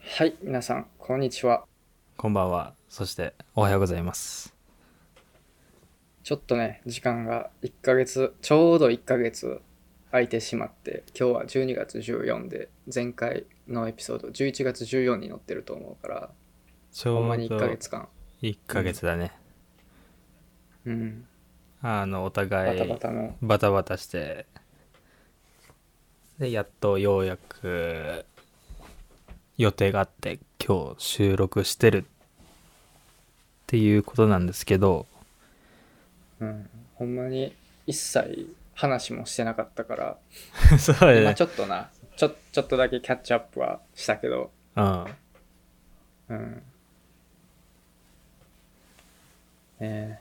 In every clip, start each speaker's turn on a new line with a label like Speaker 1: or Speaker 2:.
Speaker 1: はい、皆さん、こんにちは。
Speaker 2: こんばんは。そして、おはようございます。
Speaker 1: ちょっとね、時間が1ヶ月、ちょうど1ヶ月空いてしまって、今日は12月14で、前回のエピソード11月14に載ってると思うから、
Speaker 2: ちょ
Speaker 1: ほ
Speaker 2: うん
Speaker 1: まに1
Speaker 2: ど
Speaker 1: ヶ月間、
Speaker 2: 1ヶ月だね。
Speaker 1: うん、
Speaker 2: あの、お
Speaker 1: バ
Speaker 2: 互い
Speaker 1: タバタの、
Speaker 2: バタバタして、で、やっとようやく予定があって、今日収録してるっていうことなんですけど、
Speaker 1: うん、ほんまに一切話もしてなかったから、
Speaker 2: そうだ
Speaker 1: まあ
Speaker 2: ね
Speaker 1: ち。ょっとな、ちょちょっとだけキャッチアップはしたけど、
Speaker 2: うん。
Speaker 1: うん。ねえ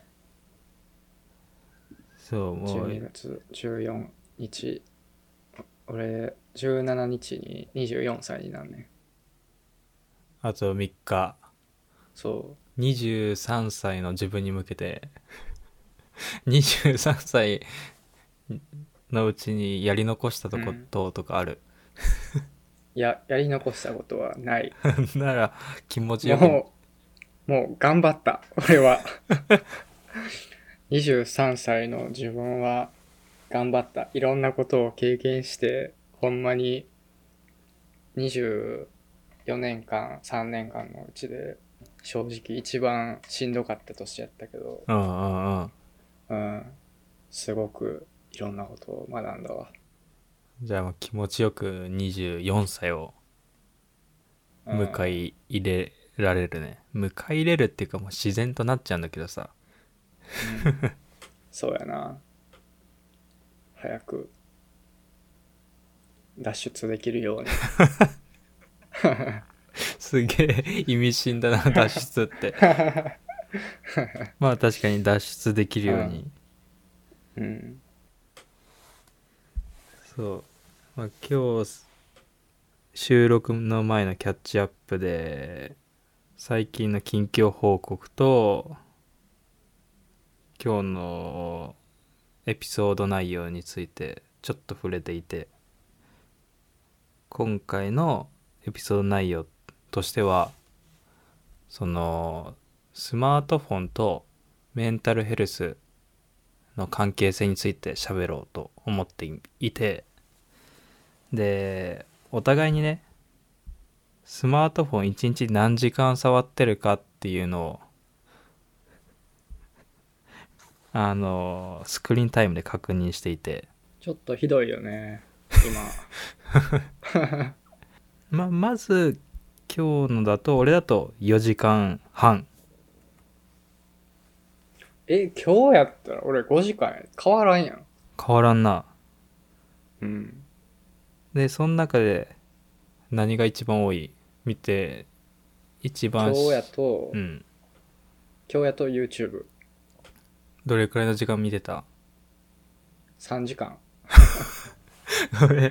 Speaker 2: そう、も
Speaker 1: 12
Speaker 2: う、
Speaker 1: 月14日俺17日に24歳になんねん
Speaker 2: あと3日、
Speaker 1: そ
Speaker 2: 23歳の自分に向けて、23歳のうちにやり残したとこととかある。
Speaker 1: ういややり残したことはない
Speaker 2: なら気持ちよく
Speaker 1: もうもう頑張った俺は23歳の自分は頑張ったいろんなことを経験してほんまに24年間3年間のうちで正直一番しんどかった年やったけど
Speaker 2: うんうんうん。
Speaker 1: うん、すごくいろんなことを学んだわ。
Speaker 2: じゃあもう気持ちよく24歳を
Speaker 1: うん
Speaker 2: 迎え入れられるね、迎え入れるっていうかもう自然となっちゃうんだけどさ
Speaker 1: うんそうやな。早く脱出できる ように。
Speaker 2: すげえ意味深だな脱出ってまあ確かに脱出できるように、
Speaker 1: うん、
Speaker 2: そう、まあ、今日収録の前のキャッチアップで最近の近況報告と今日のエピソード内容についてちょっと触れていて今回のエピソード内容としてはそのスマートフォンとメンタルヘルスの関係性について喋ろうと思っていてでお互いにねスマートフォン一日何時間触ってるかっていうのをあのスクリーンタイムで確認していて
Speaker 1: ちょっとひどいよね、今。
Speaker 2: ままず今日のだと俺だと4時間半
Speaker 1: え、今日やったら俺5時間や変わらんやん。
Speaker 2: 変わらんな
Speaker 1: うん。
Speaker 2: でその中で何が一番多い見て一
Speaker 1: 今
Speaker 2: 番
Speaker 1: 日やと、
Speaker 2: うん
Speaker 1: 今日やと YouTube3
Speaker 2: どれくらいの時間見て た
Speaker 1: 時間。
Speaker 2: 俺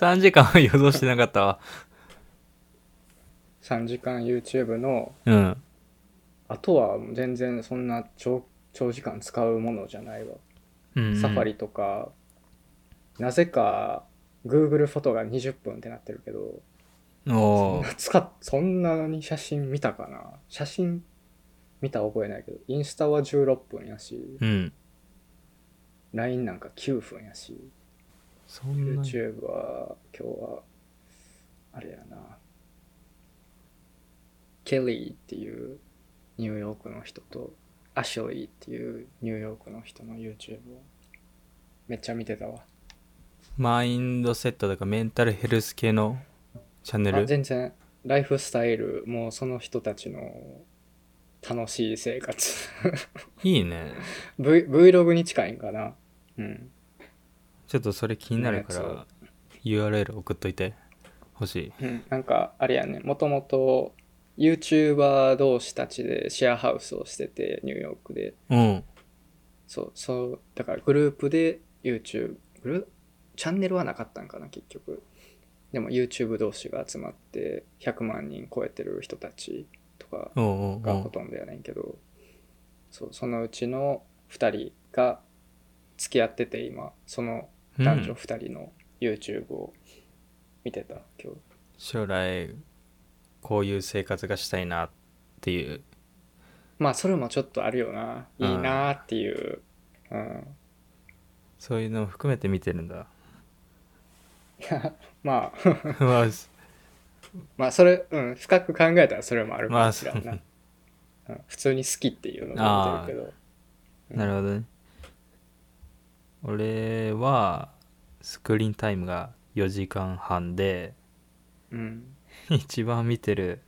Speaker 2: 3時間は予想してなかったわ
Speaker 1: 3時間 YouTube の、
Speaker 2: うん
Speaker 1: あとは全然そんな長長時間使うものじゃないわ。
Speaker 2: うんうん
Speaker 1: サファリとか、なぜか Google フォトが20分ってなってるけど、
Speaker 2: おー
Speaker 1: 使っそんなに写真見たかな写真見た覚えないけど、インスタは16分やし、
Speaker 2: うん
Speaker 1: LINE なんか9分やし、
Speaker 2: そんな
Speaker 1: YouTube は今日は、あれやな、ケリーっていうニューヨークの人と、アシュリーっていうニューヨークの人の YouTube をめっちゃ見てたわ。
Speaker 2: マインドセットとかメンタルヘルス系のチャンネ
Speaker 1: あ
Speaker 2: ル
Speaker 1: 全然ライフスタイルもうその人たちの楽しい生活
Speaker 2: いいね
Speaker 1: v Vlog に近いんかなうん
Speaker 2: ちょっとそれ気になるか
Speaker 1: ね
Speaker 2: ら URL 送っといてほしい
Speaker 1: うんなんかあれやねもともと YouTuber 同士たちでシェアハウスをしててニューヨークで
Speaker 2: うん
Speaker 1: そうそうだからグループで YouTube グルチャンネルはなかったんかな結局でも YouTube 同士が集まって100万人超えてる人たちとか
Speaker 2: おうんう
Speaker 1: が
Speaker 2: ん
Speaker 1: ほとんどやねんけど、そうそのうちの2人が付き合ってて今その
Speaker 2: うん
Speaker 1: 男女2人の YouTube を見てた、今日
Speaker 2: 将来こういう生活がしたいなっていう
Speaker 1: まあそれもちょっとあるよな
Speaker 2: うん
Speaker 1: いいなっていう、うん、
Speaker 2: そういうのも含めて見てるんだ
Speaker 1: まあ
Speaker 2: まあ
Speaker 1: まあそれ、うん、深く考えたらそれもあるか
Speaker 2: ま
Speaker 1: も
Speaker 2: あ
Speaker 1: し
Speaker 2: そ
Speaker 1: れ
Speaker 2: うん
Speaker 1: な、うん、普通に好きっていうのが出てるけど
Speaker 2: なるほどね俺はスクリーンタイムが4時間半で
Speaker 1: うん
Speaker 2: 一番見てる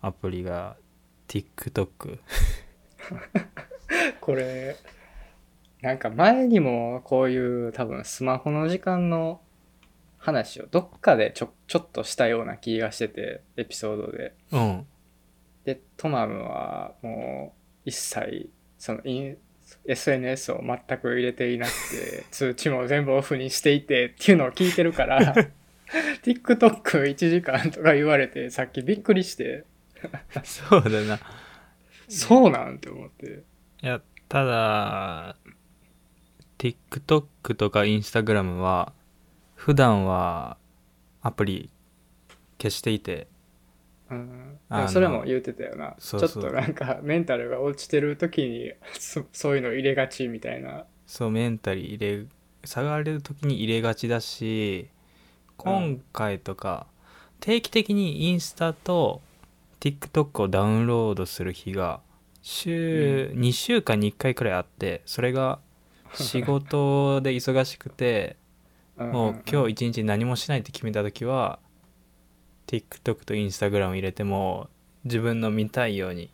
Speaker 2: アプリが TikTok
Speaker 1: これなんか前にもこういう多分スマホの時間の話をどっかでちょちょっとしたような気がしててエピソードで
Speaker 2: うん
Speaker 1: でトマムはもう一切そのイン SNS を全く入れていなくて通知も全部オフにしていてっていうのを聞いてるから TikTok1 時間とか言われてさっきびっくりして
Speaker 2: そうだない
Speaker 1: そうなんて思って
Speaker 2: やただ TikTok とか Instagram は普段はアプリ消していて
Speaker 1: うん、
Speaker 2: あの
Speaker 1: それも言うてたよな
Speaker 2: そうそう
Speaker 1: ちょっとなんかメンタルが落ちてる時 にそそういうの入れがちみたいな
Speaker 2: そうメンタリー入れ下がれる時に入れがちだし今回とか、定期的にインスタと TikTok をダウンロードする日が週、2週間に1回くらいあってそれが仕事で忙しくて
Speaker 1: うん
Speaker 2: もう今日一日何もしないって決めた時は TikTok と Instagram を入れてもう自分の見たいように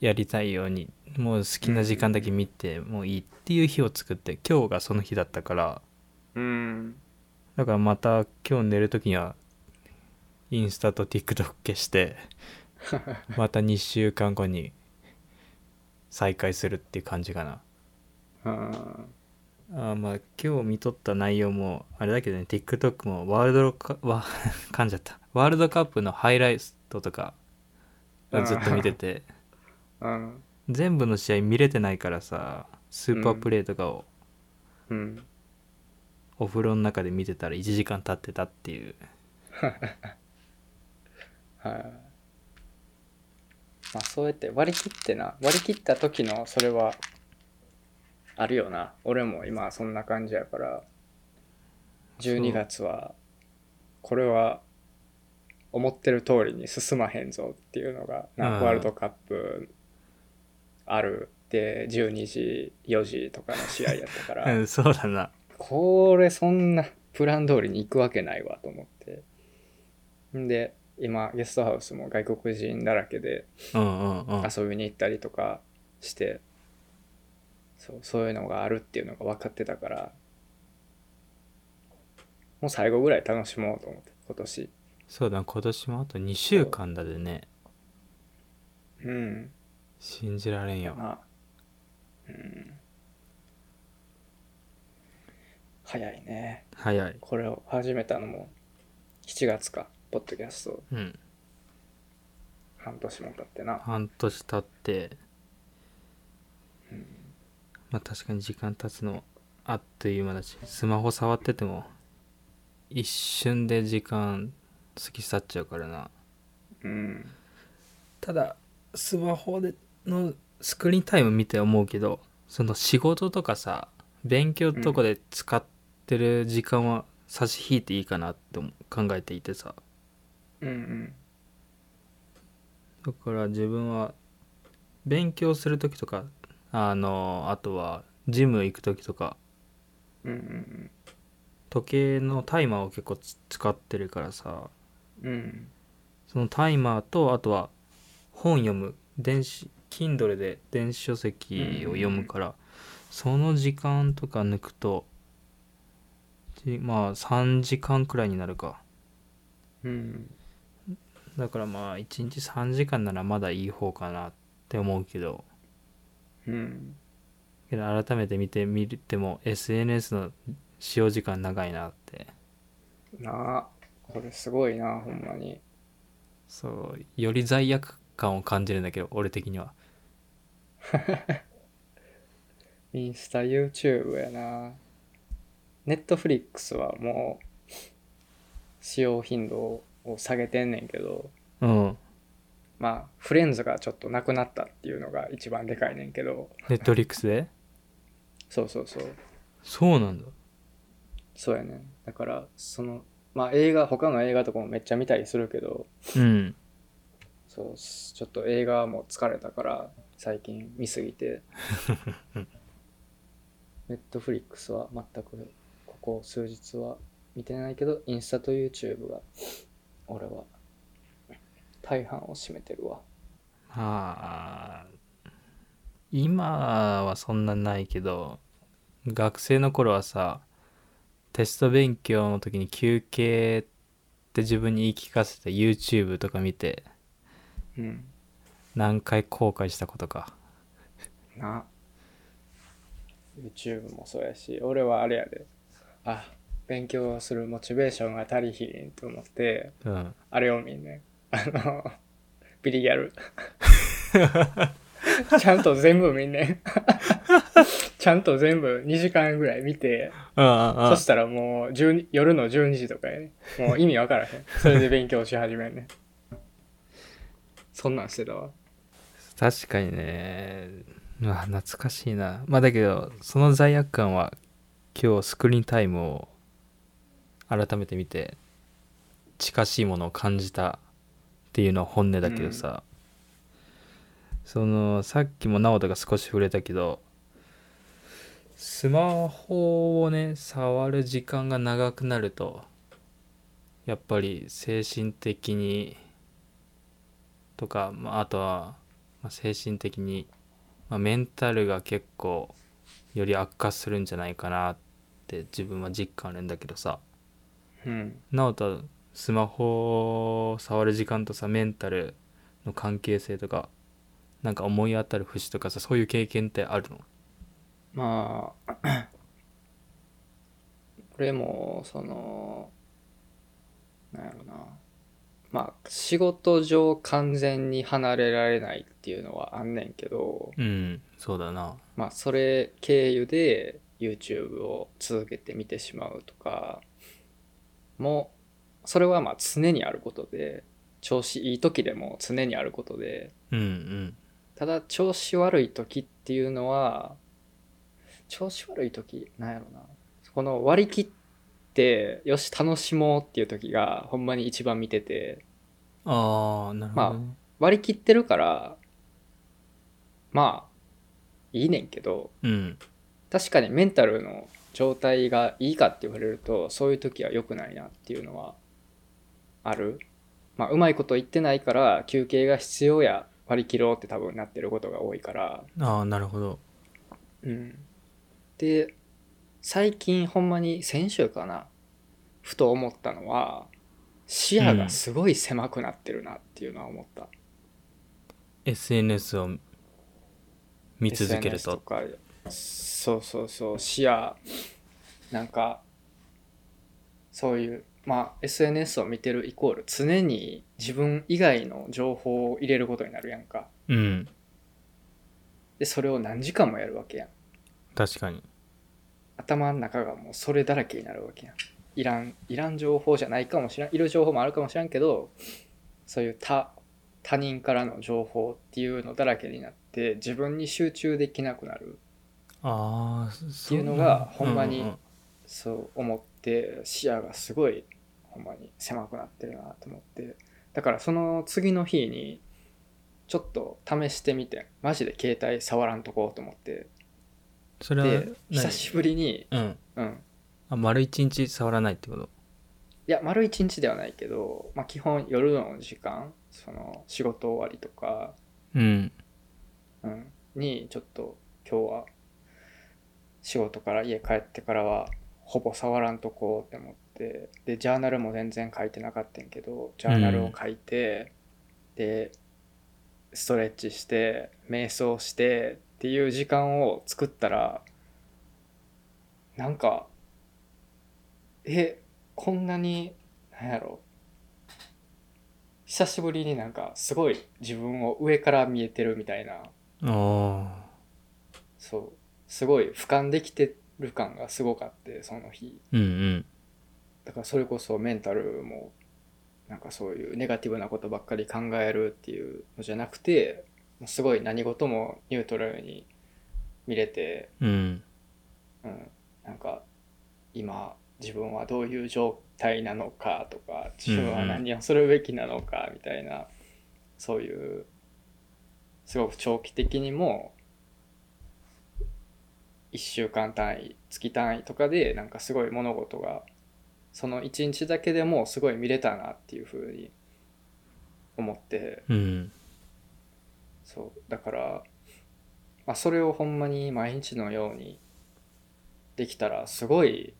Speaker 2: やりたいようにもう好きな時間だけ見てもういいっていう日を作って今日がその日だったから
Speaker 1: うん
Speaker 2: だからまた今日寝る時にはインスタと TikTok 消してまた2週間後に再開するっていう感じかな。
Speaker 1: うん
Speaker 2: あーまあ今日見とった内容もあれだけどね TikTok もワールドカわ 噛んじゃったワールドカップのハイライトとかずっと見てて
Speaker 1: うん
Speaker 2: 全部の試合見れてないからさスーパープレーとかを
Speaker 1: うん
Speaker 2: お風呂の中で見てたら1時間経ってたっていう
Speaker 1: はい、まあそうやって割り切ってな割り切った時のそれはあるよな俺も今そんな感じやから12月はこれは思ってる通りに進まへんぞっていうのがな
Speaker 2: うん
Speaker 1: ワールドカップあるで12時4時とかの試合やった か
Speaker 2: う
Speaker 1: ら
Speaker 2: んそうだな
Speaker 1: これそんなプラン通りに行くわけないわと思ってんで今ゲストハウスも外国人だらけで
Speaker 2: うんうんうん
Speaker 1: 遊びに行ったりとかしてそうそういうのがあるっていうのが分かってたからもう最後ぐらい楽しもうと思って今年
Speaker 2: そうだな今年もあと2週間だでね
Speaker 1: うん
Speaker 2: 信じられんよ
Speaker 1: まあうん早いね
Speaker 2: 早い
Speaker 1: これを始めたのも7月かポッドキャスト
Speaker 2: うん
Speaker 1: 半年も経ってな
Speaker 2: 半年経ってまあ確かに時間経つのあっという間だしスマホ触ってても一瞬で時間過ぎ去っちゃうからな
Speaker 1: うん
Speaker 2: ただスマホでのスクリーンタイム見て思うけどその仕事とかさ勉強とかで使ってる時間は差し引いていいかなって思う考えていてさ
Speaker 1: うんうん
Speaker 2: だから自分は勉強する時とかあのあとはジム行く時とか
Speaker 1: うんうん
Speaker 2: 時計のタイマーを結構つ使ってるからさ
Speaker 1: うんうん
Speaker 2: そのタイマーとあとは本読む電子 Kindle で電子書籍を読むから、その時間とか抜くとじまあ3時間くらいになるか
Speaker 1: うん
Speaker 2: だからまあ1日3時間ならまだいい方かなって思うけど
Speaker 1: うん
Speaker 2: けど改めて見てみても SNS の使用時間長いなって
Speaker 1: なあこれすごいなほんまに
Speaker 2: そうより罪悪感を感じるんだけど俺的には
Speaker 1: インスタ YouTube やなネットフリックスはもう使用頻度をを下げてんねんけど
Speaker 2: うん。
Speaker 1: まあフレンズがちょっとなくなったっていうのが一番でかいねんけど
Speaker 2: ネットフリックスで
Speaker 1: そうそうそう
Speaker 2: そうなんだ。
Speaker 1: そうやねんだからそのまあ映画他の映画とかもめっちゃ見たりするけど
Speaker 2: うん。
Speaker 1: そうちょっと映画も疲れたから最近見すぎ てネットフリックスは全くここ数日は見てないけどインスタと YouTube が俺は大半を占めてるわ
Speaker 2: まあ、今はそんなないけど、学生の頃はさ、テスト勉強の時に休憩って自分に言い聞かせて YouTube とか見て
Speaker 1: うん
Speaker 2: 何回後悔したことか。
Speaker 1: な YouTube もそうやし俺はあれやであ勉強するモチベーションが足りひんと思って
Speaker 2: うん。
Speaker 1: あれを見んねあのビリギャ ルちゃんと全部見んねんちゃんと全部2時間ぐらい見て
Speaker 2: うんうんう
Speaker 1: そ
Speaker 2: ん
Speaker 1: したらもう12夜の12時とかやねもう意味わからへんそれで勉強し始めんねん そんなんしてたわ
Speaker 2: 確かにね。まあ、懐かしいな。まあだけど、その罪悪感は今日スクリーンタイムを改めて見て近しいものを感じたっていうのは本音だけどさ、そのさっきも直人が少し触れたけどスマホをね触る時間が長くなるとやっぱり精神的にとか、まあ、あとは、まあ、精神的に、まあ、メンタルが結構より悪化するんじゃないかなって自分は実感あるんだけどさ
Speaker 1: うん
Speaker 2: 直人はスマホを触る時間とさメンタルの関係性とかなんか思い当たる節とかさそういう経験ってあるの
Speaker 1: まあ 俺もそのなんやろなまあ仕事上完全に離れられないっていうのはあんねんけど
Speaker 2: うんそうだな
Speaker 1: まあそれ経由で YouTube を続けて見てしまうとかもそれはまあ常にあることで調子いい時でも常にあることで
Speaker 2: うんうん
Speaker 1: ただ調子悪い時っていうのは調子悪い時なんやろなこの割り切ってよし楽しもうっていう時がほんまに一番見てて
Speaker 2: ああなるほど、ね
Speaker 1: 割り切ってるからまあいいねんけど
Speaker 2: うん
Speaker 1: 確かにメンタルの状態がいいかって言われるとそういう時は良くないなっていうのはあるまあうまいこと言ってないから休憩が必要や割り切ろうって多分なってることが多いから
Speaker 2: ああなるほど
Speaker 1: うん、で最近ほんまに先週かなふと思ったのは視野がすごい狭くなってるなっていうのは思った、
Speaker 2: SNS を見続ける
Speaker 1: SNS と
Speaker 2: と
Speaker 1: かそうそうそう視野なんかそういうまあ SNS を見てるイコール常に自分以外の情報を入れることになるやんか
Speaker 2: うん
Speaker 1: でそれを何時間もやるわけやん
Speaker 2: 確かに
Speaker 1: 頭の中がもうそれだらけになるわけやんいらんいらん情報じゃないかもしれんいる情報もあるかもしれんけどそういう他他人からの情報っていうのだらけになって自分に集中できなくなる
Speaker 2: ああっ
Speaker 1: っていうのがほんまにそう思って視野がすごいほんまに狭くなってるなと思ってだからその次の日にちょっと試してみてマジで携帯触らんとこうと思って
Speaker 2: それは
Speaker 1: で
Speaker 2: 何
Speaker 1: 久しぶりに
Speaker 2: うん
Speaker 1: うん
Speaker 2: あ丸一日触らないってこと
Speaker 1: いや丸一日ではないけど、まあ、基本夜の時間その仕事終わりとか、
Speaker 2: うん
Speaker 1: うん、にちょっと今日は仕事から家帰ってからはほぼ触らんとこうって思ってでジャーナルも全然書いてなかったんやけどジャーナルを書いて、でストレッチして瞑想してっていう時間を作ったらなんかえこんなになんやろ久しぶりになんかすごい自分を上から見えてるみたいな
Speaker 2: ああ
Speaker 1: そうすごい俯瞰できてる感がすごかってその日
Speaker 2: うんうん
Speaker 1: だからそれこそメンタルもなんかそういうネガティブなことばっかり考えるっていうのじゃなくてもうすごい何事もニュートラルに見れて、
Speaker 2: うん
Speaker 1: うん、なんか今自分はどういう状態なのかとか自分は何をするべきなのかみたいな、そういうすごく長期的にも1週間単位月単位とかでなんかすごい物事がその1日だけでもすごい見れたなっていうふうに思って
Speaker 2: うん
Speaker 1: そうだから、まあ、それをほんまに毎日のようにできたらすごい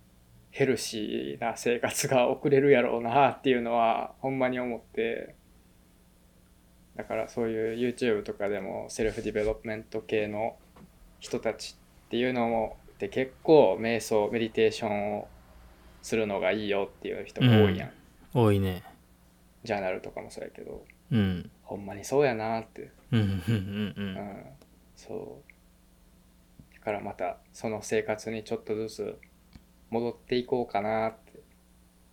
Speaker 1: ヘルシーな生活が送れるやろうなっていうのはほんまに思ってだからそういう YouTube とかでもセルフディベロップメント系の人たちっていうのもで結構瞑想メディテーションをするのがいいよっていう人が多いやん、
Speaker 2: う多いね
Speaker 1: ジャーナルとかもそうやけど
Speaker 2: うん
Speaker 1: ほんまにそうやなって
Speaker 2: うんうんうんうん
Speaker 1: うん、そうだからまたその生活にちょっとずつ戻っていこうかなって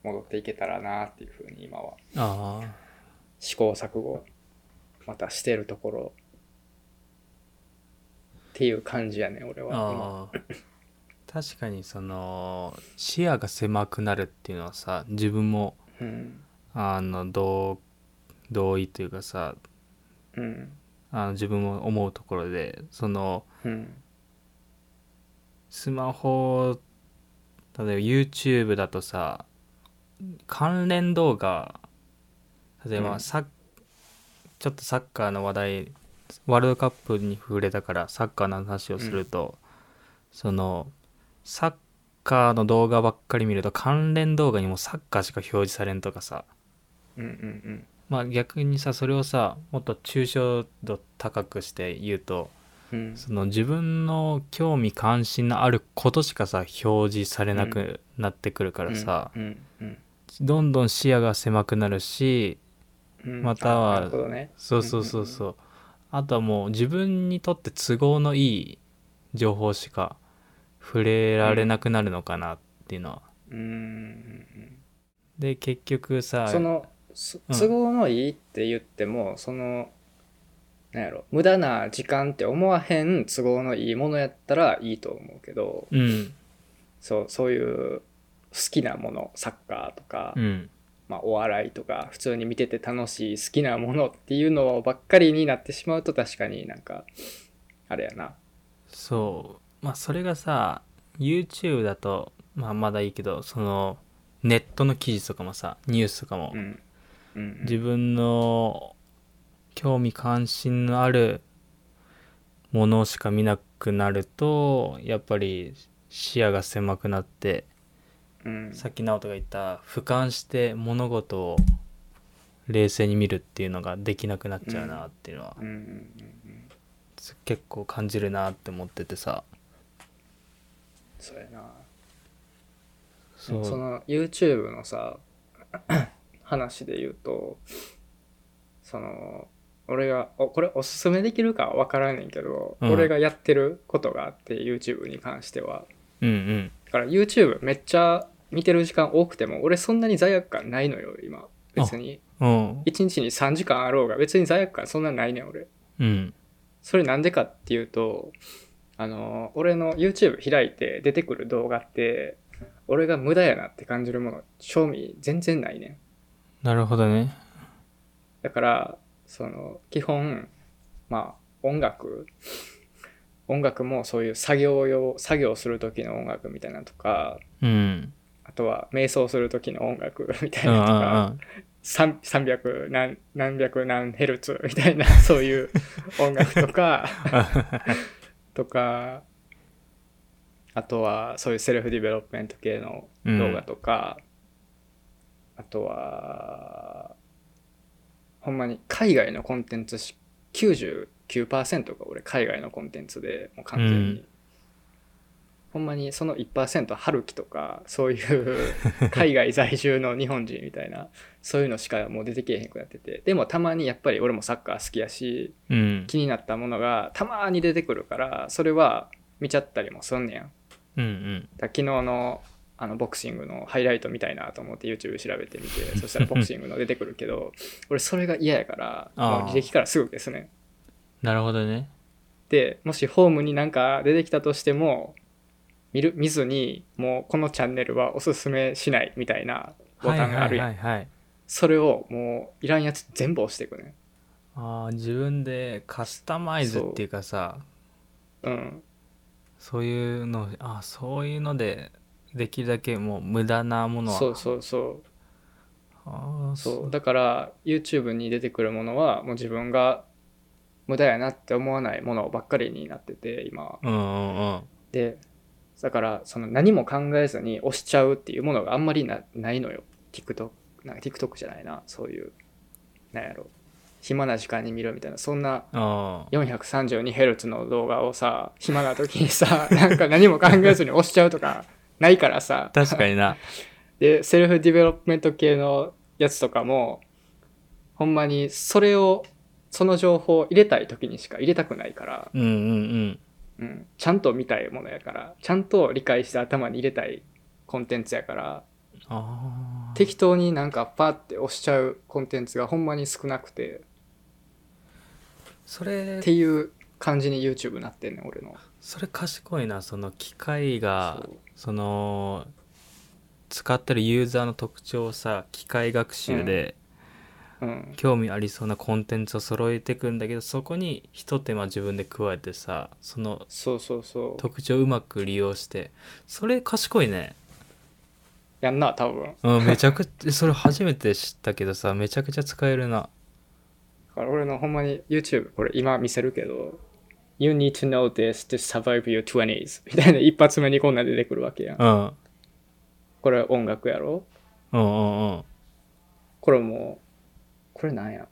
Speaker 1: 戻っていけたらなっていうふうに今は
Speaker 2: ああ
Speaker 1: 試行錯誤またしてるところっていう感じやね俺は
Speaker 2: ああ確かにその視野が狭くなるっていうのはさ自分も
Speaker 1: 今うん
Speaker 2: あの同同意というかさ
Speaker 1: うん
Speaker 2: あの自分も思うところでその
Speaker 1: うん
Speaker 2: スマホ例えば YouTube だとさ関連動画例え
Speaker 1: う
Speaker 2: ば
Speaker 1: ん
Speaker 2: サッ、ちょっとサッカーの話題ワールドカップに触れたからサッカーの話をすると、そのサッカーの動画ばっかり見ると関連動画にもうサッカーしか表示されんとかさ
Speaker 1: うんうん
Speaker 2: まあ逆にさそれをさもっと抽象度高くして言うと
Speaker 1: うんうん
Speaker 2: その自分の興味関心のあることしかさ表示されなくなってくるからさ、
Speaker 1: うんうん
Speaker 2: どんどん視野が狭くなるし
Speaker 1: うん
Speaker 2: または
Speaker 1: あなるほどね
Speaker 2: そうそうそうそうあとはもう自分にとって都合のいい情報しか触れられなくなるのかなっていうのは。
Speaker 1: うんうん
Speaker 2: で結局
Speaker 1: う
Speaker 2: さ
Speaker 1: んそのそ
Speaker 2: うん
Speaker 1: 都合のいいって言っても、そのなんやろ無駄な時間って思わへん都合のいいものやったらいいと思うけど
Speaker 2: うん
Speaker 1: そうそういう好きなものサッカーとか、
Speaker 2: うん
Speaker 1: まあ、お笑いとか普通に見てて楽しい好きなものっていうのばっかりになってしまうと確かになんかあれやな
Speaker 2: そうまあそれがさ YouTube だと、まあ、まだいいけどそのネットの記事とかもさニュースとかも、
Speaker 1: うんうん
Speaker 2: 自分の興味関心のあるものしか見なくなるとやっぱり視野が狭くなって
Speaker 1: うん
Speaker 2: さっき直人が言った俯瞰して物事を冷静に見るっていうのができなくなっちゃうなっていうのは、
Speaker 1: うんうんうん
Speaker 2: 結構感じるなって思っててさ
Speaker 1: そうやな
Speaker 2: そう
Speaker 1: その YouTube のさ 話で言うとその俺がおこれおすすめできるか分からんねんけど、
Speaker 2: うん
Speaker 1: 俺がやってることがあって YouTube に関しては
Speaker 2: うんうん
Speaker 1: だから YouTube めっちゃ見てる時間多くても俺そんなに罪悪感ないのよ今別に
Speaker 2: うん
Speaker 1: 1日に3時間あろうが別に罪悪感そんなないねん俺
Speaker 2: うん
Speaker 1: それなんでかっていうとあの俺の YouTube 開いて出てくる動画って俺が無駄やなって感じるもの賞味全然ないねん
Speaker 2: なるほどね
Speaker 1: だからその基本まあ音楽音楽もそういう作業用作業する時の音楽みたいなのとか
Speaker 2: うん
Speaker 1: あとは瞑想する時の音楽みたい
Speaker 2: うんう
Speaker 1: なん
Speaker 2: う
Speaker 1: のとか
Speaker 2: ん
Speaker 1: 3 300何何百何ヘルツみたいなそういう音楽とかとかあとはそういうセルフディベロップメント系の動画とか、あとはほんまに海外のコンテンツし99%が俺海外のコンテンツでもう完全に、
Speaker 2: うん
Speaker 1: ほんまにその1%春樹とかそういう海外在住の日本人みたいなそういうのしかもう出てけえへんくなっててでもたまにやっぱり俺もサッカー好きやし
Speaker 2: うん
Speaker 1: 気になったものがたまに出てくるからそれは見ちゃったりもすんねやん
Speaker 2: うんうん
Speaker 1: だから昨日のあのボクシングのハイライト見たいなと思って YouTube 調べてみて そしたらボクシングの出てくるけど俺それが嫌やから、ま
Speaker 2: あ
Speaker 1: あ、
Speaker 2: ー
Speaker 1: 履歴からすぐですね
Speaker 2: なるほどね。
Speaker 1: でもしホームになんか出てきたとしても見る見ずにもうこのチャンネルはおすすめしないみたいなボタンがあるやん、
Speaker 2: はいはいはい、はい。
Speaker 1: それをもういらんやつ全部押していくね
Speaker 2: ああ、自分でカスタマイズっていうかさ、
Speaker 1: うん
Speaker 2: そういうの、あそういうので、できるだけもう無駄なものは。
Speaker 1: そうそうそう
Speaker 2: あー
Speaker 1: そうだから YouTube に出てくるものはもう自分が無駄やなって思わないものばっかりになってて今は
Speaker 2: うんうんうん。
Speaker 1: でだからその何も考えずに押しちゃうっていうものがあんまりなないのよ TikTok なんか TikTok じゃないなそういうなんやろ暇な時間に見るみたいなそんな
Speaker 2: あ
Speaker 1: 432Hz の動画をさ暇な時にさなんか何も考えずに押しちゃうとかないからさ
Speaker 2: あ。確かにな。
Speaker 1: でセルフディベロップメント系のやつとかもほんまにそれをその情報を入れたい時にしか入れたくないから、
Speaker 2: うんうんうん。
Speaker 1: うん、ちゃんと見たいものやからちゃんと理解して頭に入れたいコンテンツやから
Speaker 2: ああ。
Speaker 1: 適当になんかパッて押しちゃうコンテンツがほんまに少なくて
Speaker 2: それ
Speaker 1: っていう感じに YouTube なってんねん俺の
Speaker 2: それ賢いなその機械が
Speaker 1: そう
Speaker 2: その使ってるユーザーの特徴をさ機械学習で
Speaker 1: うん
Speaker 2: 興味ありそうなコンテンツを揃えていくんだけどそこにひと手間自分で加えてさその
Speaker 1: そうそうそう
Speaker 2: 特徴をうまく利用してそれ賢いね、
Speaker 1: やんな多分
Speaker 2: うん、めちゃくちゃ それ初めて知ったけどさめちゃくちゃ使えるな
Speaker 1: だから俺のほんまに YouTube これ今見せるけど You need to know this to survive your 20s みたいな一発目にこんなん出てくるわけやん
Speaker 2: うんうん
Speaker 1: これ音楽やろ
Speaker 2: うんうん
Speaker 1: これもうこれなんや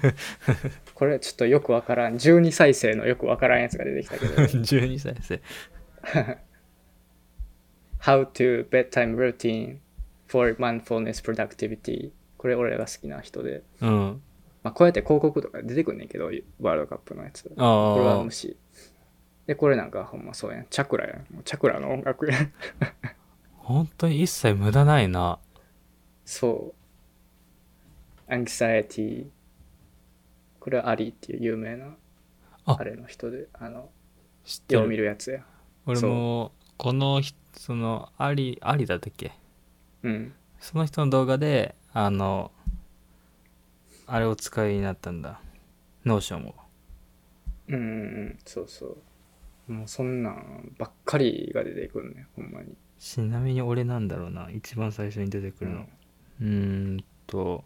Speaker 1: これちょっとよくわからん12再生のよくわからんやつが出てきたけど
Speaker 2: 12歳生
Speaker 1: How to bedtime routine for mindfulness productivity これ俺が好きな人で、
Speaker 2: うん
Speaker 1: まあ、こうやって広告とか出てくんねんけどワールドカップのやつ
Speaker 2: ああ
Speaker 1: これは無視。で、これなんかほんまそうやん。チャクラやん。もうチャクラの音楽やん。
Speaker 2: 本当に一切無駄ないな
Speaker 1: そう。アンキサエティ。これはアリーっていう有名な、
Speaker 2: あ
Speaker 1: あれの人で、あの、
Speaker 2: 知って
Speaker 1: よう
Speaker 2: る
Speaker 1: 見るやつや。
Speaker 2: 俺もこのひそのアリアリだったっけ
Speaker 1: うん。
Speaker 2: その人の動画であのあれを使いになったんだノーションを
Speaker 1: うんうんうん。そうそう。もうそんなんばっかりが出てくるね、ほんまに。
Speaker 2: ちなみに俺なんだろうな一番最初に出てくるのうーんと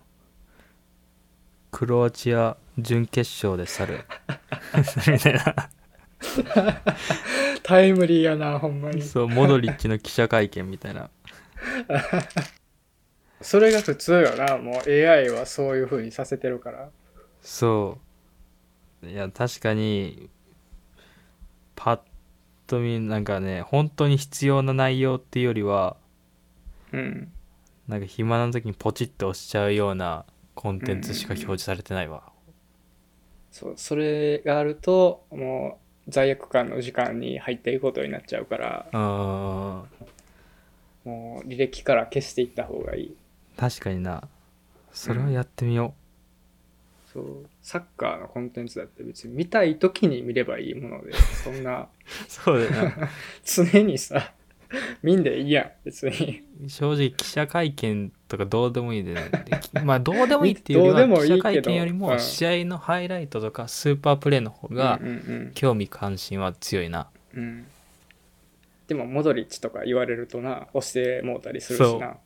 Speaker 2: クロアチア準決勝で去るみたいな
Speaker 1: タイムリーやな、ほんまに。
Speaker 2: そうモドリッチの記者会見みたいな
Speaker 1: それが普通よな、もう AI はそういう風にさせてるから。
Speaker 2: そういや確かにパッと見なんかね本当に必要な内容っていうよりは
Speaker 1: うん。
Speaker 2: なんか暇な時にポチッと押しちゃうようなコンテンツしか表示されてないわ、
Speaker 1: そうそれがあるともう罪悪感の時間に入っていくことになっちゃうから
Speaker 2: うん、ん
Speaker 1: もう履歴から消していった方がいい
Speaker 2: 確かになそれはやってみよ
Speaker 1: そうサッカーのコンテンツだって別に見たい時に見ればいいものでそんな
Speaker 2: う、そうだよな
Speaker 1: 常にさ 見んでいいやん別に
Speaker 2: 正直記者会見とかどうでもいい で、ね、でまあどうでもいいっていうよ
Speaker 1: どうで
Speaker 2: りは
Speaker 1: もい
Speaker 2: 記
Speaker 1: いけど
Speaker 2: 者会見より
Speaker 1: う
Speaker 2: も
Speaker 1: ん
Speaker 2: 試合のハイライトとかスーパープレーの方が
Speaker 1: うんうん
Speaker 2: 興味関心は強いな
Speaker 1: うん、うんでもモドリッチとか言われるとな押してもうたりする
Speaker 2: そ
Speaker 1: し
Speaker 2: う
Speaker 1: な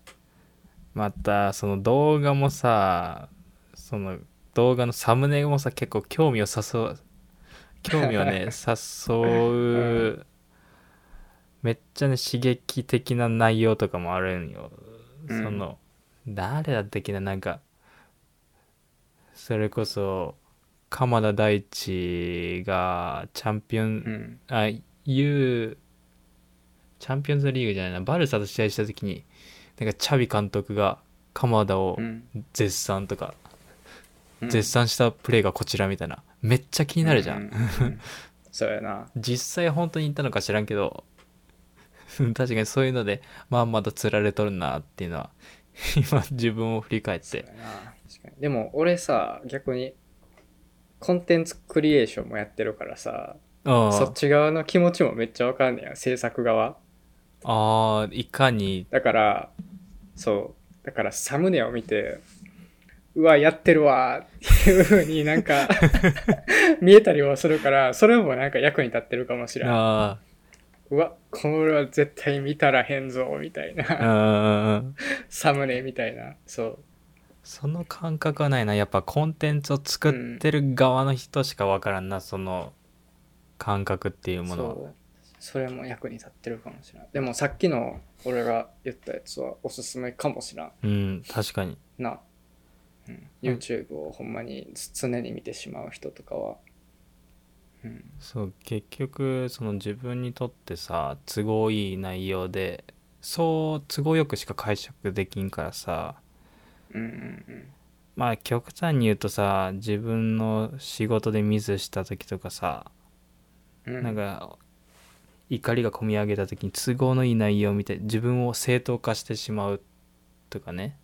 Speaker 2: またその動画もさその動画のサムネもさ結構興味を誘う興味をね誘うめっちゃね刺激的な内容とかもあるんよ、
Speaker 1: うん
Speaker 2: その誰だったっけななんかそれこそ鎌田大地がチャンピオン、
Speaker 1: うん
Speaker 2: あ、U、チャンピオンズリーグじゃないな、バルサと試合した時に、なんかチャビ監督が鎌田を
Speaker 1: うん
Speaker 2: 絶賛とか、
Speaker 1: うん
Speaker 2: 絶賛したプレーがこちらみたいな、めっちゃ気になるじゃん。
Speaker 1: ううううんそうやな
Speaker 2: 実際本当に行ったのか知らんけど、 確かにそういうのでまんまと釣られとるなっていうのは 今自分を振り返っ
Speaker 1: そう
Speaker 2: て
Speaker 1: やな確かにでも俺さ逆にコンテンツクリエーションもやってるからさ
Speaker 2: うん
Speaker 1: そっち側の気持ちもめっちゃわかんねや制作側
Speaker 2: あーいかに
Speaker 1: だからそうだからサムネを見てうわやってるわーっていうふうになん か見えたりはするからそれもなんか役に立ってるかもしれない
Speaker 2: あ
Speaker 1: うわこれは絶対見たらへんぞみたい
Speaker 2: ー
Speaker 1: な
Speaker 2: うん
Speaker 1: サムネみたいなそう
Speaker 2: その感覚はないなやっぱコンテンツを作ってる側の人しかわからんな、その感覚っていうものは
Speaker 1: そうそれも役に立ってるかもしれないでもさっきの俺が言ったやつはおすすめかもしらん
Speaker 2: うん確かに
Speaker 1: な、うん、YouTube をほんまに常に見てしまう人とかはうん
Speaker 2: そう結局その自分にとってさ都合いい内容でそう都合よくしか解釈できんからさ
Speaker 1: うんうん
Speaker 2: まあ極端に言うとさ自分の仕事でミスした時とかさ、
Speaker 1: うんうん
Speaker 2: なんか怒りがこみ上げた時に都合のいい内容を見て自分を正当化してしまうとかね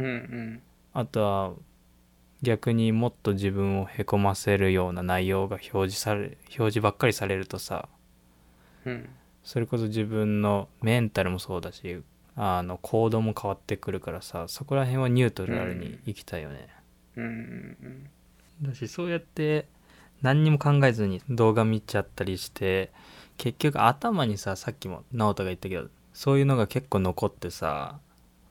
Speaker 1: うんうん
Speaker 2: あとは逆にもっと自分をへこませるような内容が表示され表示ばっかりされるとさ
Speaker 1: うん
Speaker 2: それこそ自分のメンタルもそうだしあの行動も変わってくるからさそこら辺はニュートラルに生きたいよね、
Speaker 1: うんうん
Speaker 2: だしそうやって何にも考えずに動画見ちゃったりして結局頭にささっきも直人が言ったけどそういうのが結構残ってさ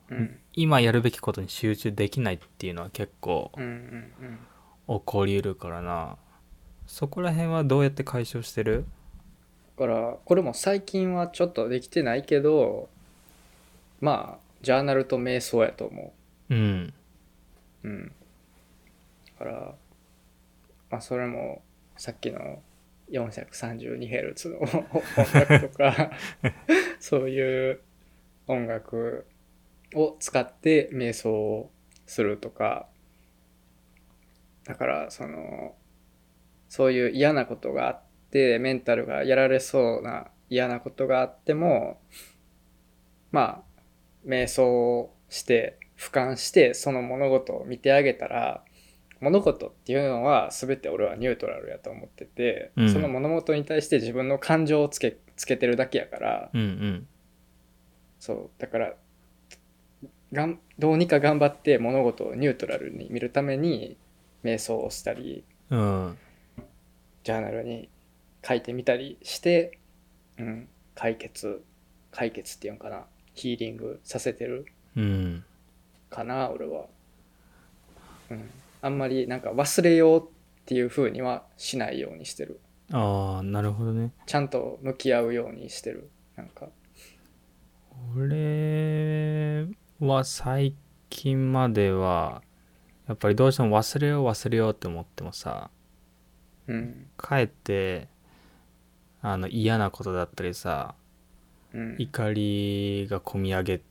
Speaker 1: うんうん
Speaker 2: 今やるべきことに集中できないっていうのは結構
Speaker 1: うんうんうん
Speaker 2: 起こりうるからなそこら辺はどうやって解消してる
Speaker 1: だからこれも最近はちょっとできてないけどまあジャーナルと瞑想やと思う
Speaker 2: うん
Speaker 1: うん。だから、まあ、それも、さっきの 432Hz の音楽とか、そういう音楽を使って瞑想をするとか、だから、その、そういう嫌なことがあって、メンタルがやられそうな嫌なことがあっても、まあ、瞑想をして俯瞰してその物事を見てあげたら物事っていうのは全て俺はニュートラルやと思ってて、
Speaker 2: うん
Speaker 1: その物事に対して自分の感情をつけつけてるだけやから
Speaker 2: うんうん
Speaker 1: そうだからがんどうにか頑張って物事をニュートラルに見るために瞑想をしたり
Speaker 2: うん
Speaker 1: ジャーナルに書いてみたりして、うん、解決解決っていうんかなヒーリングさせてる
Speaker 2: うん
Speaker 1: かな俺は、うん、あんまりなんか忘れようっていう風にはしないようにしてる
Speaker 2: ああなるほどね
Speaker 1: ちゃんと向き合うようにしてるなんか
Speaker 2: 俺は最近まではやっぱりどうしても忘れよう忘れようって思ってもさ
Speaker 1: うん
Speaker 2: かえってあの嫌なことだったりさ
Speaker 1: うん
Speaker 2: 怒りがこみ上げ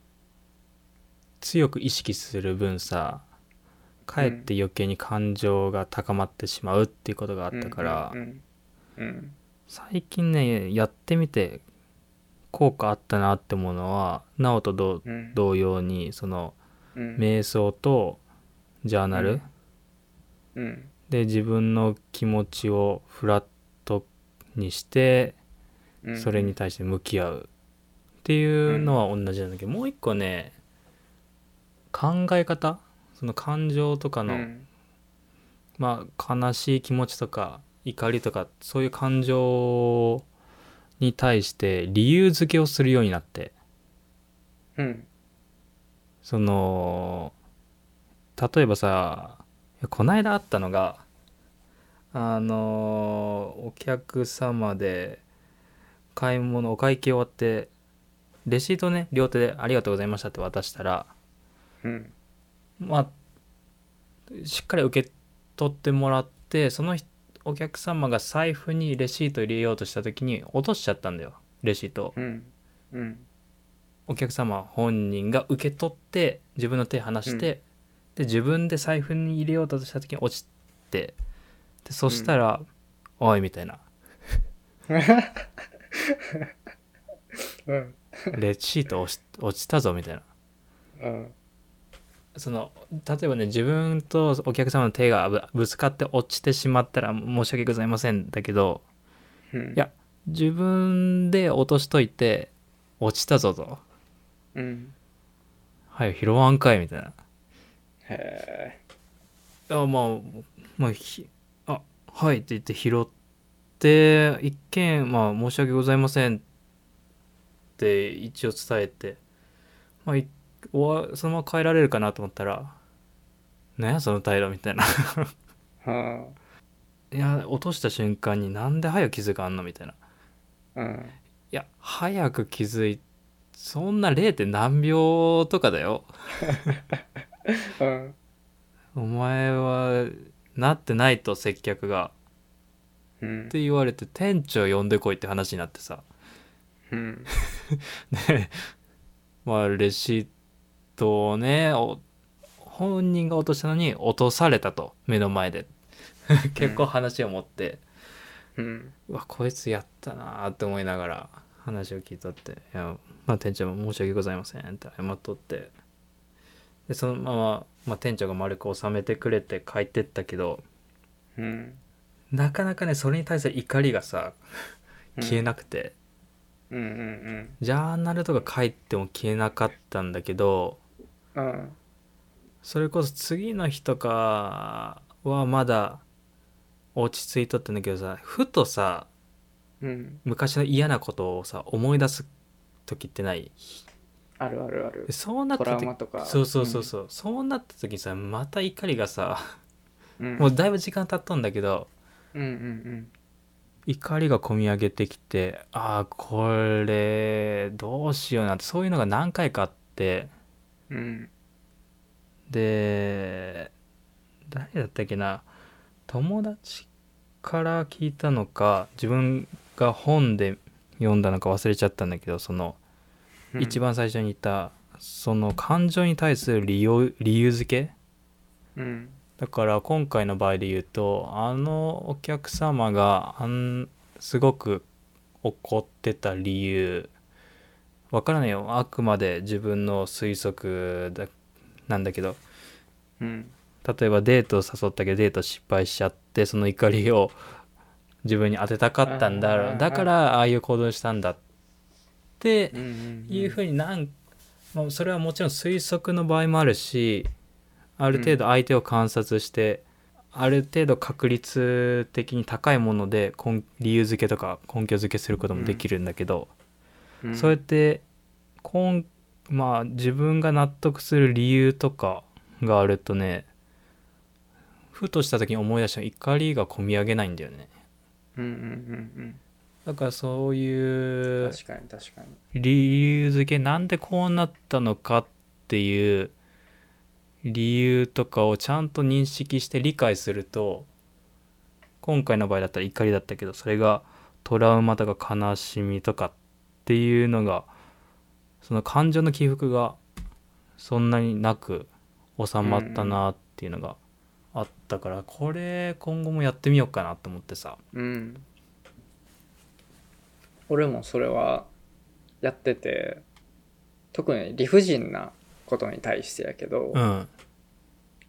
Speaker 2: 強く意識する分さかえって余計に感情が高まってしまうっていうことがあったから、
Speaker 1: うんうん
Speaker 2: 最近ねやってみて効果あったなって思うのは直人と
Speaker 1: うん
Speaker 2: 同様にその
Speaker 1: うん
Speaker 2: 瞑想とジャーナル、
Speaker 1: うんうん
Speaker 2: で自分の気持ちをフラットにして
Speaker 1: うん
Speaker 2: それに対して向き合うっていうのは同じなんだけど、もう一個ね考え方その感情とか
Speaker 1: う
Speaker 2: の、
Speaker 1: ん
Speaker 2: まあ悲しい気持ちとか怒りとかそういう感情に対して理由付けをするようになって
Speaker 1: うん
Speaker 2: その例えばさこないだあったのがあのお客様で買い物お会計終わってレシートね両手で「ありがとうございました」って渡したら
Speaker 1: うん
Speaker 2: まあしっかり受け取ってもらってその人お客様が財布にレシート入れようとした時に落としちゃったんだよレシートを
Speaker 1: うんうん
Speaker 2: お客様本人が受け取って自分の手離して、で自分で財布に入れようとした時に落ちてでそしたら「おい」みたいな
Speaker 1: うん
Speaker 2: レシート落ち落ちたぞみたいな
Speaker 1: うん
Speaker 2: その例えばね自分とお客様の手がぶぶつかって落ちてしまったら申し訳ございませんだけど
Speaker 1: うん
Speaker 2: いや自分で落としといて落ちたぞと
Speaker 1: うん
Speaker 2: はい拾わんかいみたいな
Speaker 1: へ
Speaker 2: あまあまあひあはいって言って拾って一見まあ申し訳ございませんって一応伝えてまあい終わそのまま帰られるかなと思ったら「なんやその態度」みたいな
Speaker 1: えはい
Speaker 2: や落とした瞬間になんで早く気づかんのみたいない
Speaker 1: あうん
Speaker 2: や早く気づいそんな 0. 何秒とかだよ
Speaker 1: うん
Speaker 2: お前はなってないと接客が
Speaker 1: うん
Speaker 2: って言われて店長呼んでこいって話になってさ
Speaker 1: うん
Speaker 2: でまあレシートをねお本人が落としたのに落とされたと目の前で結構話を持っ
Speaker 1: う
Speaker 2: て、
Speaker 1: ん
Speaker 2: うわこいつやったなーって思いながら話を聞いとって「いやまあ店長も申し訳ございません」って謝っとってでそのまま、まあ、店長が丸く収めてくれて帰ってったけど
Speaker 1: うん
Speaker 2: なかなかねそれに対する怒りがさ消えなくて、
Speaker 1: うんうん
Speaker 2: ジャーナルとか書いても消えなかったんだけど
Speaker 1: うんうん
Speaker 2: それこそ次の日とかはまだ落ち着いとったんだけどさふとさ
Speaker 1: うん
Speaker 2: 昔の嫌なことをさ思い出す時ってない
Speaker 1: あるあるある
Speaker 2: でそうなっ
Speaker 1: ト
Speaker 2: た
Speaker 1: ラウ
Speaker 2: 時
Speaker 1: マとか
Speaker 2: そうそうそうそう、そうなった時にさまた怒りがさ
Speaker 1: うん
Speaker 2: もうだいぶ時間経ったんだけど
Speaker 1: うんうん
Speaker 2: 怒りがこみ上げてきてああこれどうしようなってそういうのが何回かあって
Speaker 1: うんうん
Speaker 2: で誰だったっけな友達から聞いたのか自分が本で読んだのか忘れちゃったんだけどその
Speaker 1: うん
Speaker 2: 一番最初に言った、その感情に対する理由理由付け
Speaker 1: うん
Speaker 2: だから今回の場合で言うとあのお客様があんすごく怒ってた理由わからないよあくまで自分の推測だなんだけど
Speaker 1: うん
Speaker 2: 例えばデートを誘ったけどデート失敗しちゃってその怒りを自分に当てたかったんだ
Speaker 1: あ
Speaker 2: ろ
Speaker 1: ー
Speaker 2: うだからああいう行動したんだって
Speaker 1: うんうん
Speaker 2: いうふうになん、まあ、それはもちろん推測の場合もあるしある程度相手を観察して、ある程度確率的に高いもので根理由付けとか根拠付けすることもできるんだけど、
Speaker 1: うん
Speaker 2: そうやって根まあ自分が納得する理由とかがあるとねふとした時に思い出した怒りがこみ上げないんだよね
Speaker 1: うんうんうん
Speaker 2: だからそうい
Speaker 1: うん
Speaker 2: う
Speaker 1: 確かに確かに
Speaker 2: 理由付けなんでこうなったのかっていう理由とかをちゃんと認識して理解すると今回の場合だったら怒りだったけどそれがトラウマとか悲しみとかっていうのがその感情の起伏がそんなになく収まったなっていうのがあったからこれ今後もやってみようかなと思ってさ
Speaker 1: うん俺もそれはやってて特に理不尽なことに対してやけど、
Speaker 2: うん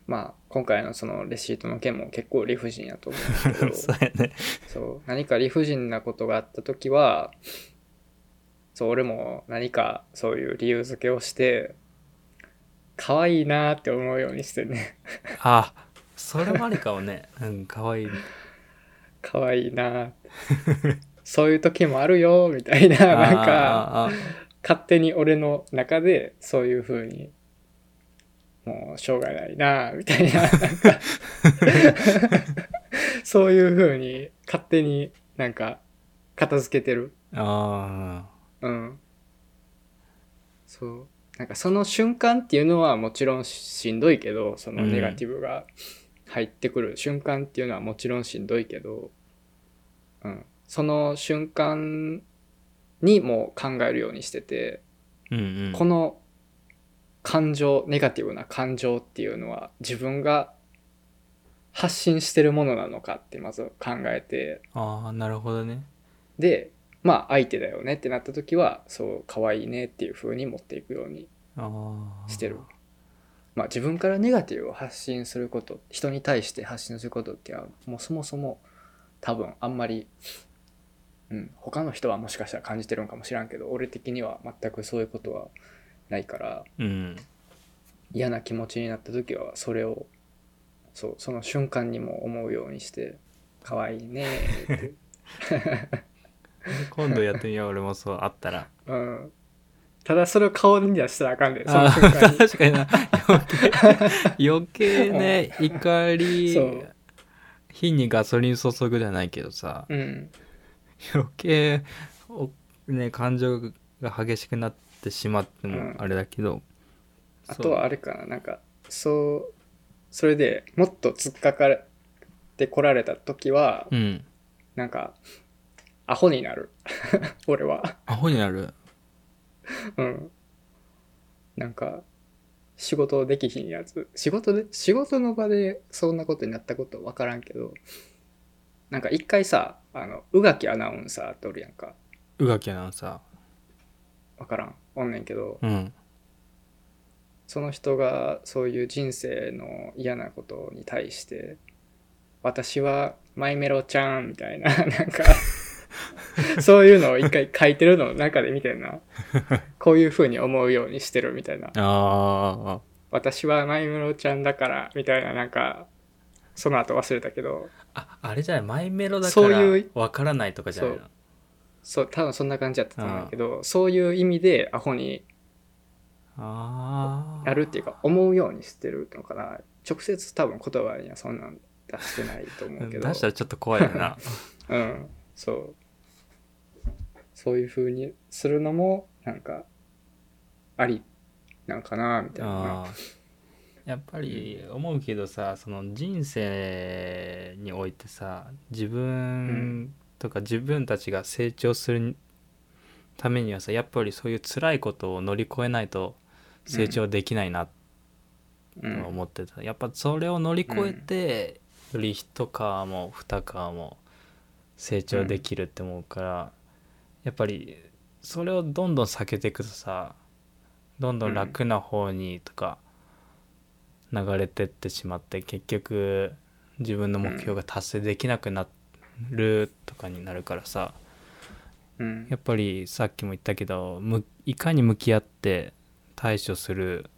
Speaker 1: まあ今回のそのレシートの件も結構理不尽やと思うんだけど
Speaker 2: そうやね
Speaker 1: そう何か理不尽なことがあった時はそう俺も何かそういう理由付けをして可愛いなーって思うようにしてね
Speaker 2: あそれもありかもねうんかわいい
Speaker 1: 可愛いなーって そういう時もあるよーみたいななんか
Speaker 2: あーあー
Speaker 1: 勝手に俺の中でそういう風にもうしょうがないなあみたいななんかそういう風に勝手になんか片付けてる
Speaker 2: あ
Speaker 1: うんそうなんかその瞬間っていうのはもちろんしんどいけどそのネガティブが入ってくる瞬間っていうのはもちろんしんどいけど、うん、その瞬間にもう考えるようにしてて、
Speaker 2: ーうんうん
Speaker 1: この感情ネガティブな感情っていうのは自分が発信してるものなのかってまず考えて
Speaker 2: ああなるほどね
Speaker 1: でまあ相手だよねってなった時はそう可愛いねっていう風に持っていくように
Speaker 2: ああ
Speaker 1: してるまあ自分からネガティブを発信すること人に対して発信することっていうのはもうそもそも多分あんまり、うん、他の人はもしかしたら感じてるんかもしらんけど俺的には全くそういうことはないから
Speaker 2: うん
Speaker 1: 嫌な気持ちになった時はそれをそうその瞬間にも思うようにして可愛いねー って、
Speaker 2: 今度やってみよう俺もそうあったら
Speaker 1: うん、ただそれを顔に出したらあかんで、その
Speaker 2: あ
Speaker 1: 瞬間
Speaker 2: ー
Speaker 1: に
Speaker 2: 確かにな余計余計 ね怒り
Speaker 1: そう
Speaker 2: 火にガソリン注ぐじゃないけどさ
Speaker 1: うん
Speaker 2: 余計お、ね、感情が激しくなってしまっても
Speaker 1: うん
Speaker 2: あれだけど、
Speaker 1: あとはあれかななんかそうそれでもっと突っかかってこられた時は、
Speaker 2: そううん
Speaker 1: なんかアホになる 俺は
Speaker 2: アホになる
Speaker 1: うんなんか仕事できひんやつ仕事で仕事の場でそんなことになったこと分からんけどなんか一回さあの宇垣アナウンサーっておるやんか
Speaker 2: 宇垣アナウンサ
Speaker 1: 分からんおんねんけど
Speaker 2: ーうん
Speaker 1: その人がそういう人生の嫌なことに対して「私はマイメロちゃん」みたいな なんかそういうのを一回書いてるのの中で見てんなこういうふうに思うようにしてるみたいな
Speaker 2: あ
Speaker 1: 「私はマイメロちゃんだから」みたいななんかその後忘れたけど
Speaker 2: ーああれじゃないマイメロだか
Speaker 1: そう
Speaker 2: ら
Speaker 1: いう
Speaker 2: わからないとかじゃないの
Speaker 1: そう多分そんな感じやったと思うんだけどそういう意味でアホに
Speaker 2: ああ
Speaker 1: やるっていうか思うようにしてるのかな直接多分言葉にはそんなん出してないと思うけど
Speaker 2: 出したらちょっと怖いよ な
Speaker 1: うん、そう。そういう風にするのも、なんか、ありなんかな、みたいな。
Speaker 2: あーやっぱり思うけどさその人生においてさ自分とか自分たちが成長するためにはさやっぱりそういう辛いことを乗り越えないと成長できないな
Speaker 1: う
Speaker 2: と
Speaker 1: ん
Speaker 2: は思ってた、やっぱそれを乗り越えて、より一皮も二皮も成長できるって思うから、やっぱりそれをどんどん避けていくとさどんどん楽な方にとか流れてってしまって結局自分の目標が達成できなくなるとかになるからさ、
Speaker 1: うん
Speaker 2: やっぱりさっきも言ったけどむいかに向き合って対処する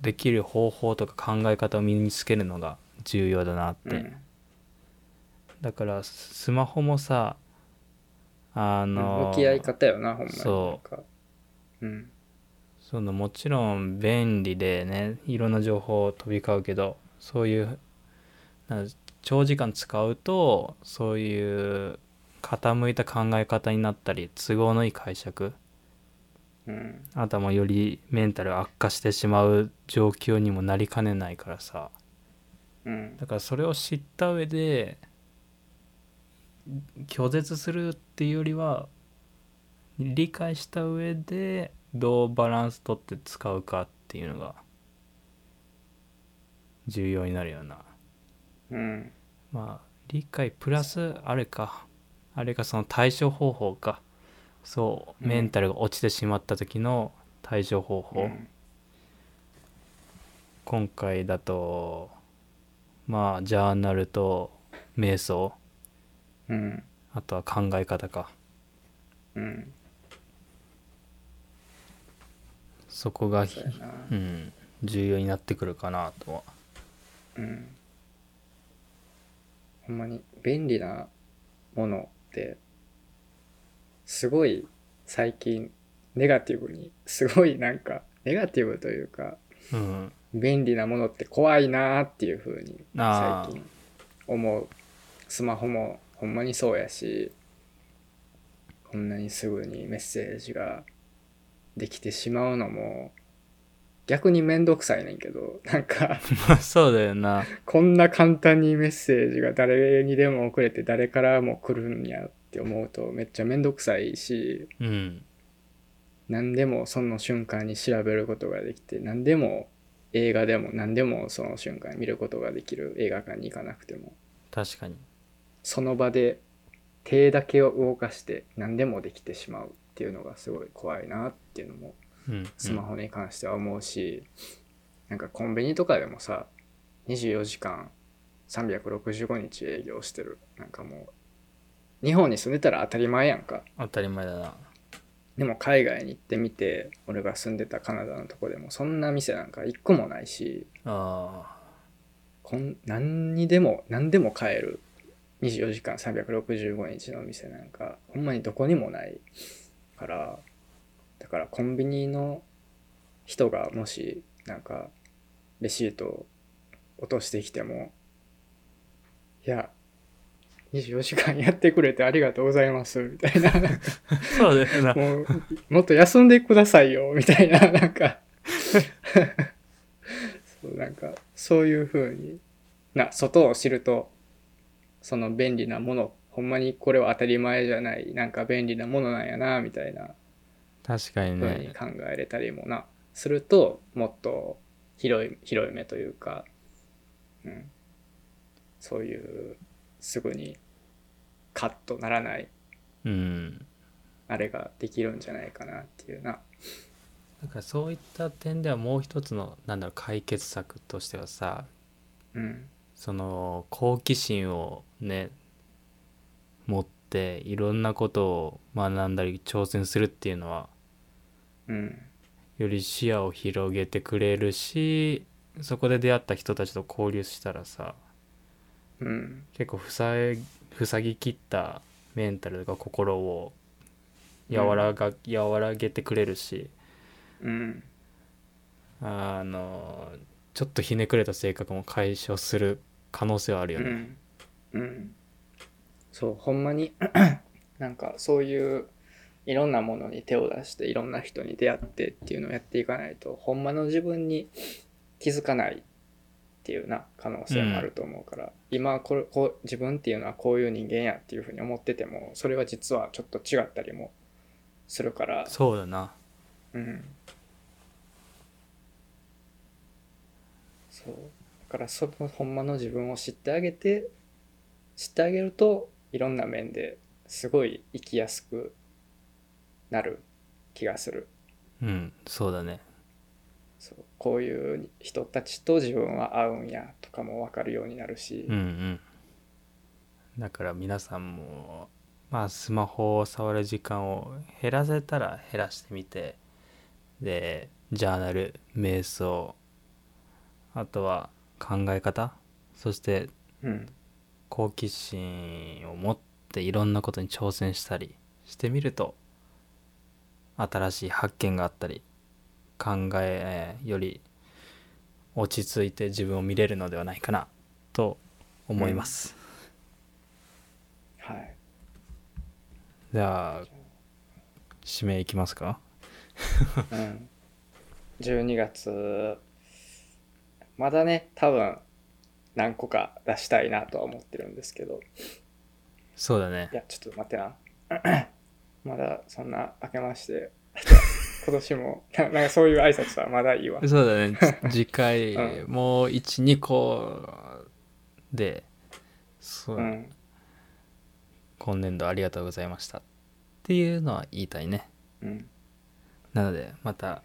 Speaker 2: できる方法とか考え方を身につけるのが重要だなっ
Speaker 1: う
Speaker 2: て、
Speaker 1: ん
Speaker 2: だからススマホもさあの
Speaker 1: 向き合い方よな、ほんまに。
Speaker 2: そう
Speaker 1: なんか。うん。
Speaker 2: そのもちろん便利でねいろんな情報を飛び交うけどそういうなんか長時間使うとそういう傾いた考え方になったり都合のいい解釈
Speaker 1: うん。
Speaker 2: あとはもうよりメンタル悪化してしまう状況にもなりかねないからさ
Speaker 1: うん。
Speaker 2: だからそれを知った上で拒絶するっていうよりは理解した上でどうバランス取って使うかっていうのが重要になるような
Speaker 1: うん。
Speaker 2: まあ理解プラスあれかあれがその対処方法かそう
Speaker 1: うん
Speaker 2: メンタルが落ちてしまった時の対処方法、
Speaker 1: うん
Speaker 2: 今回だとまあジャーナルと瞑想
Speaker 1: うん。
Speaker 2: あとは考え方か
Speaker 1: うん。
Speaker 2: そこが
Speaker 1: そうやな。
Speaker 2: うん重要になってくるかなとは
Speaker 1: うん。ほんまに便利なものって、すごい最近、ネガティブに、すごいなんか、ネガティブというか、
Speaker 2: うん
Speaker 1: 便利なものって怖いなーっていう風に
Speaker 2: あー
Speaker 1: 最近思うスマホもほんまにそうやしこんなにすぐにメッセージができてしまうのも逆に面倒くさいねんけどなん か
Speaker 2: まあ そうだよな
Speaker 1: こんな簡単にメッセージが誰にでも送れて誰からも来るんやって思うとめっちゃ面倒くさいし
Speaker 2: うん
Speaker 1: 何でもその瞬間に調べることができて何でも映画でも何でもその瞬間に見ることができる映画館に行かなくても
Speaker 2: 確かに
Speaker 1: その場で手だけを動かして何でもできてしまうっていうのがすごい怖いなっていうのも
Speaker 2: うん
Speaker 1: スマホに関しては思うし、なんかコンビニとかでもさ24時間365日営業してるなんかもう日本に住んでたら当たり前やんか
Speaker 2: 当たり前だな
Speaker 1: でも海外に行ってみて俺が住んでたカナダのとこでもそんな店なんか一個もないし
Speaker 2: あ
Speaker 1: こん何にでも何でも買える24時間365日の店なんかほんまにどこにもないからだからコンビニの人がもしなんかレシートを落としてきてもいや24時間やってくれてありがとうございますみたいな
Speaker 2: あそう だよな
Speaker 1: もうもっと休んでくださいよみたいななんかそうなんかそういう風にな外を知るとその便利なものほんまにこれは当たり前じゃないなんか便利なものなんやなみたいな
Speaker 2: 確かに
Speaker 1: 風に
Speaker 2: ね
Speaker 1: 考えれたりもな、するともっと広い広い目というか、うん、そういうすぐにカッとならない
Speaker 2: うん
Speaker 1: あれができるんじゃないかなっていうな。
Speaker 2: だからそういった点ではもう一つのなんだろう解決策としてはさ
Speaker 1: うん
Speaker 2: その好奇心をね持っていろんなことを学んだり挑戦するっていうのは
Speaker 1: うん
Speaker 2: より視野を広げてくれるしそこで出会った人たちと交流したらさ
Speaker 1: うん
Speaker 2: 結構塞い塞ぎ切ったメンタルとか心を和らが、和らげてくれるし
Speaker 1: うん
Speaker 2: あのちょっとひねくれた性格も解消する可能性はある
Speaker 1: う
Speaker 2: よね。
Speaker 1: んうんそうほんまになんかそういういろんなものに手を出していろんな人に出会ってっていうのをやっていかないとほんまの自分に気づかないっていうな可能性もあると思うから、今これこう自分っていうのはこういう人間やっていうふうに思っててもそれは実はちょっと違ったりもするから
Speaker 2: そうだな
Speaker 1: うんそうだからそのほんまの自分を知ってあげて知ってあげるといろんな面ですごい生きやすくなる気がする
Speaker 2: うんそうだね
Speaker 1: そうこういう人たちと自分は合うんやとかも分かるようになるし
Speaker 2: うんうんだから皆さんもまあスマホを触る時間を減らせたら減らしてみてでジャーナル瞑想あとは考え方そして
Speaker 1: うん
Speaker 2: 好奇心を持っていろんなことに挑戦したりしてみると新しい発見があったり考えより落ち着いて自分を見れるのではないかなと思います、
Speaker 1: はい
Speaker 2: じゃあ締めいきますか
Speaker 1: うん、12月まだね多分何個か出したいなとは思ってるんですけど
Speaker 2: そうだね
Speaker 1: いやちょっと待ってな まだそんな明けまして 今年もななんかそういう挨拶はまだいいわ
Speaker 2: そうだね つ次回、
Speaker 1: う
Speaker 2: もう12個でそう、
Speaker 1: うん
Speaker 2: 今年度ありがとうございましたっていうのは言いたいね
Speaker 1: うん
Speaker 2: なのでまた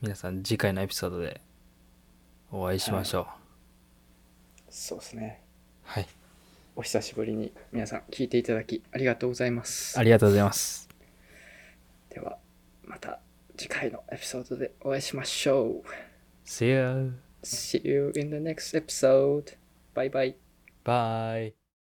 Speaker 2: 皆さん次回のエピソードでお会いしましょう
Speaker 1: そうですね
Speaker 2: はい、
Speaker 1: お久しぶりに皆さん聞いていただきありがとうございます
Speaker 2: ありがとうございます
Speaker 1: ではまた次回のエピソードでお会いしましょう
Speaker 2: See you
Speaker 1: See you in the next episode. Bye bye.
Speaker 2: bye